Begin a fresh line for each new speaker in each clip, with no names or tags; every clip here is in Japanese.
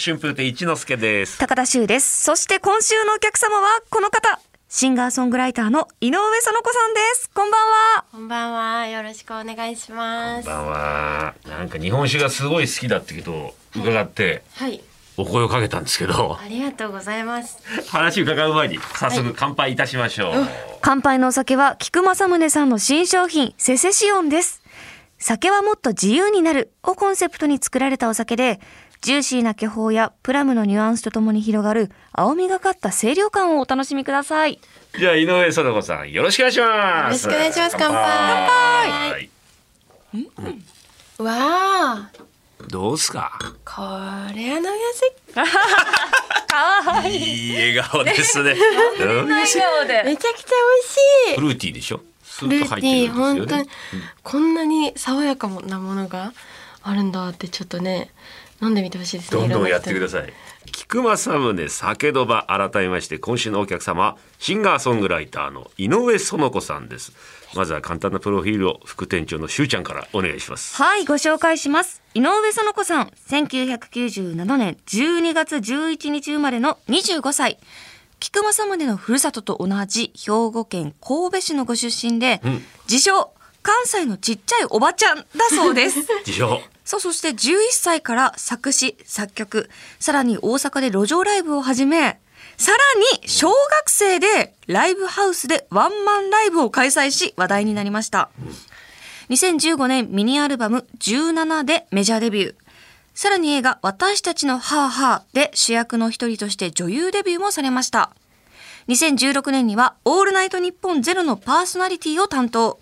春風亭一之輔です。
高田修です。そして今週のお客様はこの方。シンガーソングライターの井上園子さんです。こんばんは。
こんばんは。よろしくお願いし
こ
ま
ん
す。
ばんは。なんか日本酒がすごい好きだってことを伺って、
はい。
お声をかけたんですけ ど、
ありがとうございます。
話伺う前に早速乾杯いたしましょう。
乾杯のお酒は菊正宗さんの新商品、セセシオンです。酒はもっと自由になるをコンセプトに作られたお酒で、ジューシーな気泡やプラムのニュアンスとともに広がる青みがかった清涼感をお楽しみください。
じゃあ井上園子さん、よろしくお願いします。
よろしくお願いします乾
杯。
わあ、
どうすか。
これは飲みやすい。
いい笑顔です ね。
顔で。
めちゃくちゃ
フ
美味しい。
ルーティーでしょ。ス
ル
ーッと入
ーテ
って
ィ
るん
ー、本
です
当
よ
に
ね。、
こんなに爽やかなものがあるんだって、ちょっとね、飲んでみてほしいですね。
どんどんやってくだ
い
さい。菊間宗酒どば改めまして今週のお客様シンガーソングライターの井上園子さんです。まずは簡単なプロフィールを副店長のしゅうちゃんからお願いします。
はい、ご紹介します。井上園子さん、1997年12月11日生まれの25歳。菊正宗のふるさとと同じ兵庫県神戸市のご出身で、自称、関西のちっちゃいおばちゃんだそうです。
自称
さあそして11歳から作詞作曲さらに大阪で路上ライブを始めさらに小学生でライブハウスでワンマンライブを開催し話題になりました2015年ミニアルバム「17」でメジャーデビューさらに映画「私たちのハーハー」で主役の一人として女優デビューもされました2016年には「オールナイトニッポンゼロのパーソナリティを担当、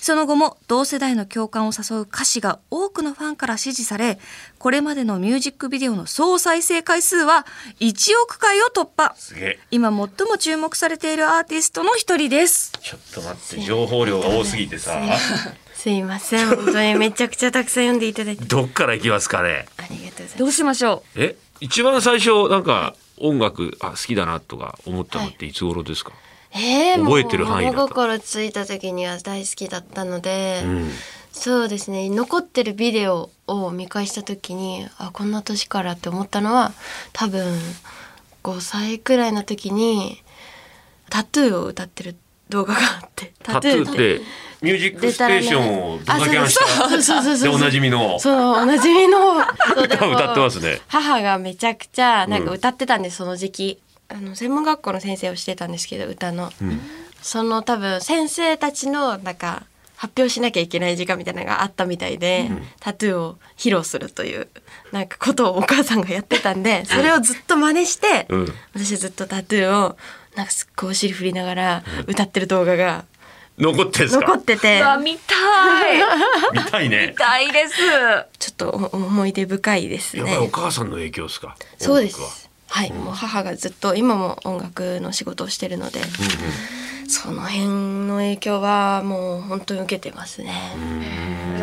その後も同世代の共感を誘う歌詞が多くのファンから支持されこれまでのミュージックビデオの総再生回数は1億回を突破
すげえ。
今最も注目されているアーティストの一人です
ちょっと待って情報量が多すぎてさ
すいません。本当にめちゃくちゃたくさん読んでいただいて。
どっから行きますかね。
ありがとうございます。
どうしましょ
え一番最初なんか音楽あ好きだなとか思ったのっていつ頃ですか。
えー、
覚えてる範囲だと
もう物心ついた時には大好きだったので、
ん
そうですね残ってるビデオを見返した時にあこんな年からって思ったのは多分5歳くらいの時にタトゥーを歌ってる動画があって
タトゥーってミュージックステーションをド
あ
カキャンし
そうそうそ
た
う
で
そう
おなじみの
そのおなじみの
歌を歌ってますね。
母がめちゃくちゃなん
う
か
ん
歌ってたんです、その時期あの専門学校の先生をしてたんですけど歌の、その多分先生たちのなんか発表しなきゃいけない時間みたいなのがあったみたいで、タトゥーを披露するというなんかことをお母さんがやってたんでそれをずっと真似して、
うん
私はずっとタトゥーをなんかすっごいお尻振りながら歌ってる動画が
残ってんす
残
か
っ。てて
うあ見たい
見たいね
見。たいです
ちょっとお思い出深いです
やばいお
ね。
母さんの影響ですか。
そうで
音楽は
す。はい、もう母がずっと今も音楽の仕事をしてるので、その辺の影響はもう本当に受けてますね。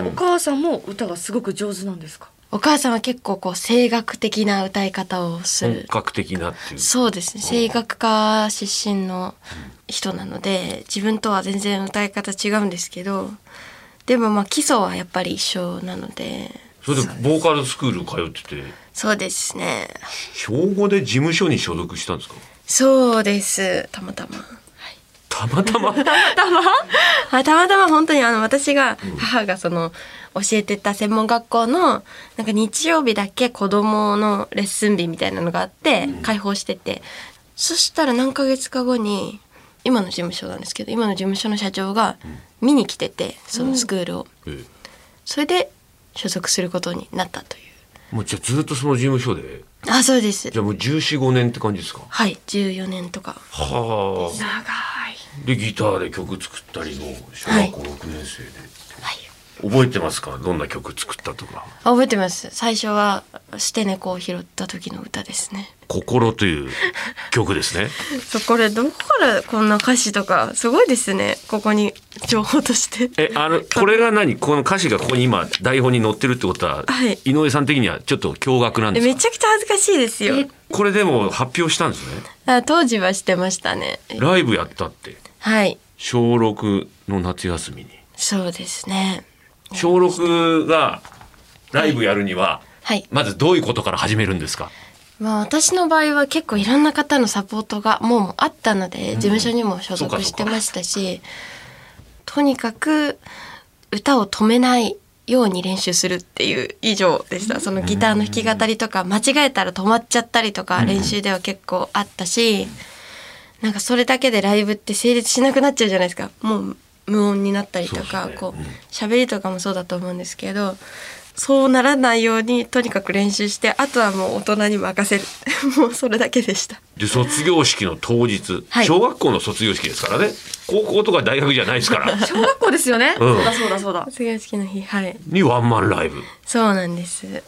お母さんも歌がすごく上手なん ですか
お母さんは結構こう声楽的な歌い方をす
本
る。
格的なっていう。
そうですね。声楽家出身の人なので、自分とは全然歌い方違うんですけど、でもまあ基礎はやっぱり一緒なので、
それでボーカルスクール通ってて
そうですね。
兵庫で事務所に所属したんですか。
そうです。たまたま。
たまたま
あたまたま本当にあの私が母がその教えてた専門学校のなんか日曜日だけ子供のレッスン日みたいなのがあって開放してて、そしたら何ヶ月か後に今の事務所なんですけど今の事務所の社長が見に来ててそのスクールを、
え
それで所属することになったという
えもうじゃあずっとその事務所で
あそうです
じゃあもう14、15年って感じですか。
はい14年とか
はあ。
長い
でギターで曲作ったりも小学校6年生で、
はい
覚えてますかどんな曲作ったとか
あ覚えてます最初は捨て猫を拾った時の歌ですね
「心」という曲です ね
そうこれどこからこんな歌詞とかすごいですねここに情報として
えあのこれが何この歌詞がここに今台本に載ってるってことは、
はい
井上さん的にはちょっと驚愕なん
え
です
め
か
ちゃくちゃ恥ずかしいですよ
これでも発表したんですね
あ当時はしてましたね
ライブやったって
はい
小6の夏休みに
そうですね
小6がライブやるには
はい
まずどういうことから始めるんですか
まあ、私の場合は結構いろんな方のサポートがもうあったので、事務所にも所
そうかそうか
属してましたしとにかく歌を止めないように練習するっていう以上でしたそのギターの弾き語りとか間違えたら止まっちゃったりとか練習では結構あったし、なんかそれだけでライブって成立しなくなっちゃうじゃないですかもう無音になったりと
そう
か
ですね
こ
うん
う喋りとかもそうだと思うんですけどそうならないようにとにかく練習してあとはもう大人に任せる もうそれだけでした
で卒業式の当日、
はい
小学校の卒業式ですからね高校とか大学じゃないですから
小学校ですよね、
うん
そうだそうだそうだ
卒業式の日はい
にワンマンライブ
そうなんです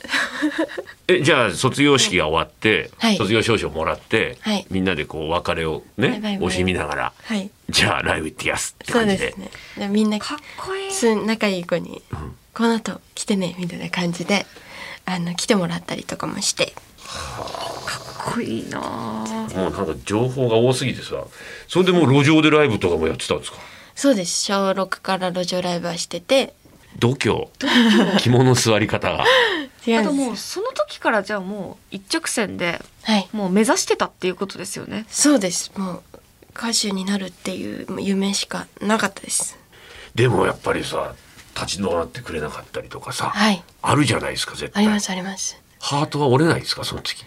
えじゃあ卒業式が終わって、
はい
卒業証書もらって、
はい
みんなでこう別れを
バイバ
ね
イバイ
惜しみながら
はい
じゃあライブ行ってきやすって
そう
感じ
で
です
ねでみんな
かっこいい
す仲いい子に「この後来てね」みたいな感じであの来てもらったりとかもして
かっこいいなあ
もうなんか情報が多すぎてさそれでもう路上でライブとかもやってたんですか
そうです小6から路上ライブはしてて
度胸着物の座り方が
違
あ
う
と
んです
もうその時からじゃあもう一直線で
はい
もう目指してたっていうことですよね
そうですもう歌手になるっていうもう夢しかなかったです
でもやっぱりさ立ち止まってくれなかったりとかさ、
はい
あるじゃないですか絶
あ
対
りますあります
ハートは折れないですかその時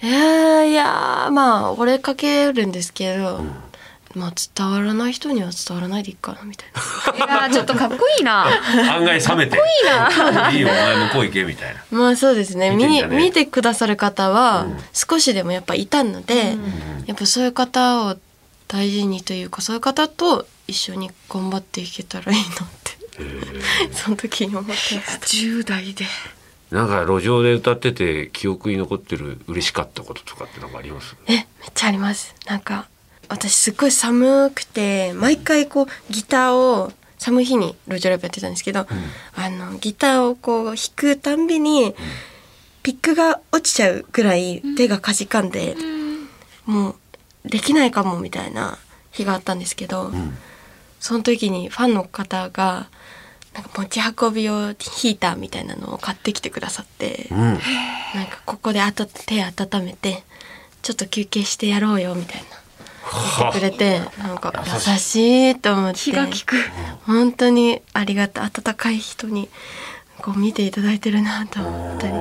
えー、いやーまあ俺かけるんですけど、まあ伝わらない人には伝わらないでいいかなみたいな
いや ーちょっとかっこいいな
案外冷めていいよお前向こう行けみたいな
まあそうですね
見
見
てん
に
だね
見てくださる方は少しでもやっぱいたので、やっぱそういう方を大事にというかそういう方と一緒に頑張っていけたらいいなって その時に思ってました
10代で
なんか路上で歌ってて記憶に残ってる嬉しかったこととかってなんかあります
えめっちゃありますなんか私すっごい寒くて毎回こうギターを寒い日に路上ライブやってたんですけど、あのギターをこう弾くたんびにピックが落ちちゃうぐらい手がかじかんで、もうできないかもみたいな日があったんですけど、その時にファンの方がなんか持ち運び用ヒーターみたいなのを買ってきてくださって。
うん
なんかここであた手温めてちょっと休憩してやろうよみたいな
は
くれてなんか優しいと思って
気が利く
本当にありがた温かい人にこう見ていただいてるなと思ったり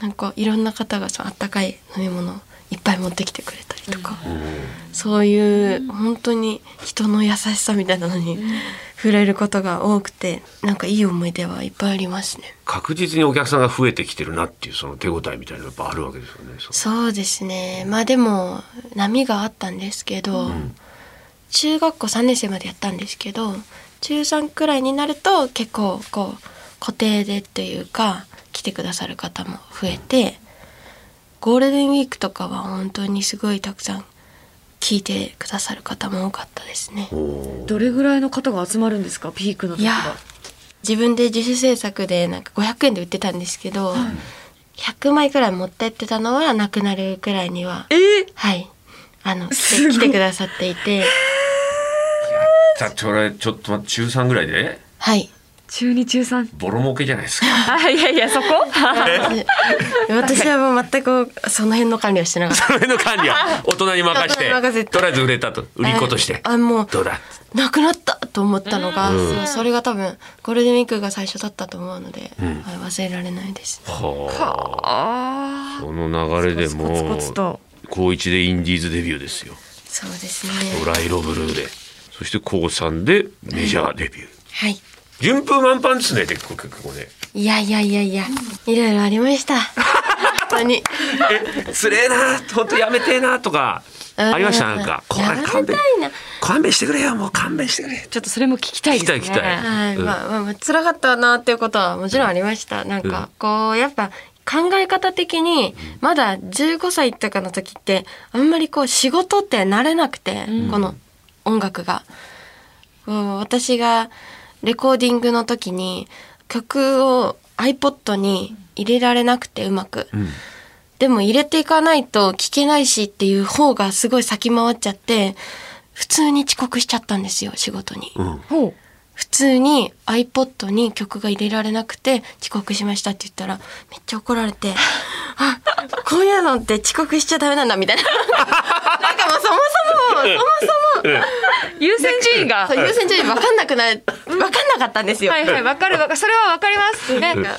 なんかいろんな方がその温かい飲み物をいっぱい持ってきてくれたりとか、そういう本当に人の優しさみたいなのに触れることが多くてなんかいい思い出はいっぱいありますね。
確実にお客さんが増えてきてるなっていうその手応えみたいなのやっぱあるわけですよねそう
そうですねまあでも波があったんですけど、中学校3年生までやったんですけど中3くらいになると結構こう固定でというか来てくださる方も増えてゴールデンウィークとかは本当にすごいたくさん聞いてくださる方も多かったですね。
どれぐらいの方が集まるんですかピークの
い
時
や
は
自分で自主制作でなんか500円で売ってたんですけど、100枚くらい持ってってたのはなくなるくらいには
えー、
はい。あの、
すごい
来てくださっていて、
さあそれちょっと待って中3ぐらいで
はい。
中二中三
ボロ儲けじゃないですか
あいやいやそこ
私はもう全くその辺の管理はしてなかった。
それの管理は大人に任して
大人に任せて
とりあえず売れたと 売り子として
ああもう
どうだ
なくなったと思ったのが、そうそれが多分ゴールデンウィークが最初だったと思うので、はい忘れられないです。
はあ
あ
その流れでも
コツコツと
う高一でインディーズデビューですよ
そうですね。
「ドライロブルーで」そして高三でメジャーデビュー
はい。
順風満帆ですね結構結構ね
いやいやいやいや、いろいろありました。 本当に。
えつれえな本当やめてえなとか
うん
ありましたなんかこれ
やめた
勘
い
弁
な。
勘弁してくれよもう勘弁してくれ
ちょっとそれも聞きたいですね
聞きたい聞きたい
はい、
うん
まあまあまあ辛かったなっていうことはもちろんありました。なんかこうやっぱ考え方的にまだ15歳とかの時ってあんまりこう仕事って慣れなくて、この音楽が。こう私がレコーディングの時に曲を iPod に入れられなくてうまく。でも入れていかないと聞けないしっていう方がすごい先回っちゃって普通に遅刻しちゃったんですよ仕事に。
うん
ほ
普通に iPod に曲が入れられなくて遅刻しましたって言ったらめっちゃ怒られて「あこういうのって遅刻しちゃダメなんだみたいななんかもうそもそもそも
優先順位が
そも優先順位分かんなくない分かんなかったんですよ、
はいはいわかるわかるそれはわかりますね
なんかや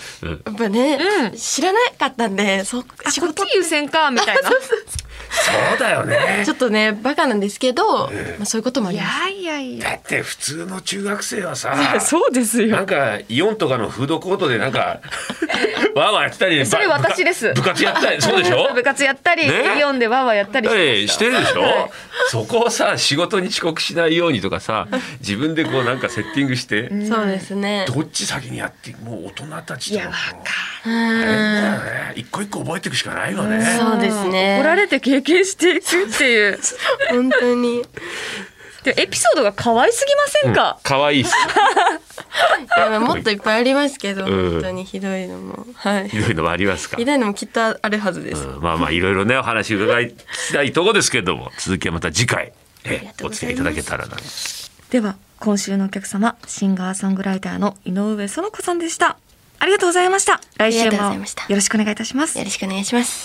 っぱね、
うん
知らなかったんでそ仕
こっ
事
ち優先かみたいな
そうだよ ね
ちょっとねバカなんですけど、まあ、そういうこともあ
い
ります
やいやいや
だって普通の中学生はさ
そうです
なんかイオンとかのフードコートでなんかわーわーやってたりば
それ私です
部活やってたりそうでし ょ
部活やったり、
ね
イオンでわーわーやったり
だっ
して
て
ま
し
した
てるでしょ、そこをさ仕事に遅刻しないようにとかさ自分でこうなんかセッティングして、
そうですね
どっち先にやってもう大人たち
い
と
やわか
うん
ね一個一個覚えていくしかないよね、
そうですね
怒られて経験していくっていう
本当に
でエピソードが可愛すぎませんか、
かわいいっす
いやもっといっぱいありますけど、
うん
本当にひどいのもはい
ひどいのもありますか
ひどいのもきっとあるはずです、
うんまあまあいろいろねお話伺いたいとこですけども続きはまた次回ええお付き合いいただけたらな
では今週のお客様シンガーソングライターの井上園子さんでしたありがとうございました来週
ありが
も
とうご
よ
ざいました
ろしくお願いいたします
よろしくお願いします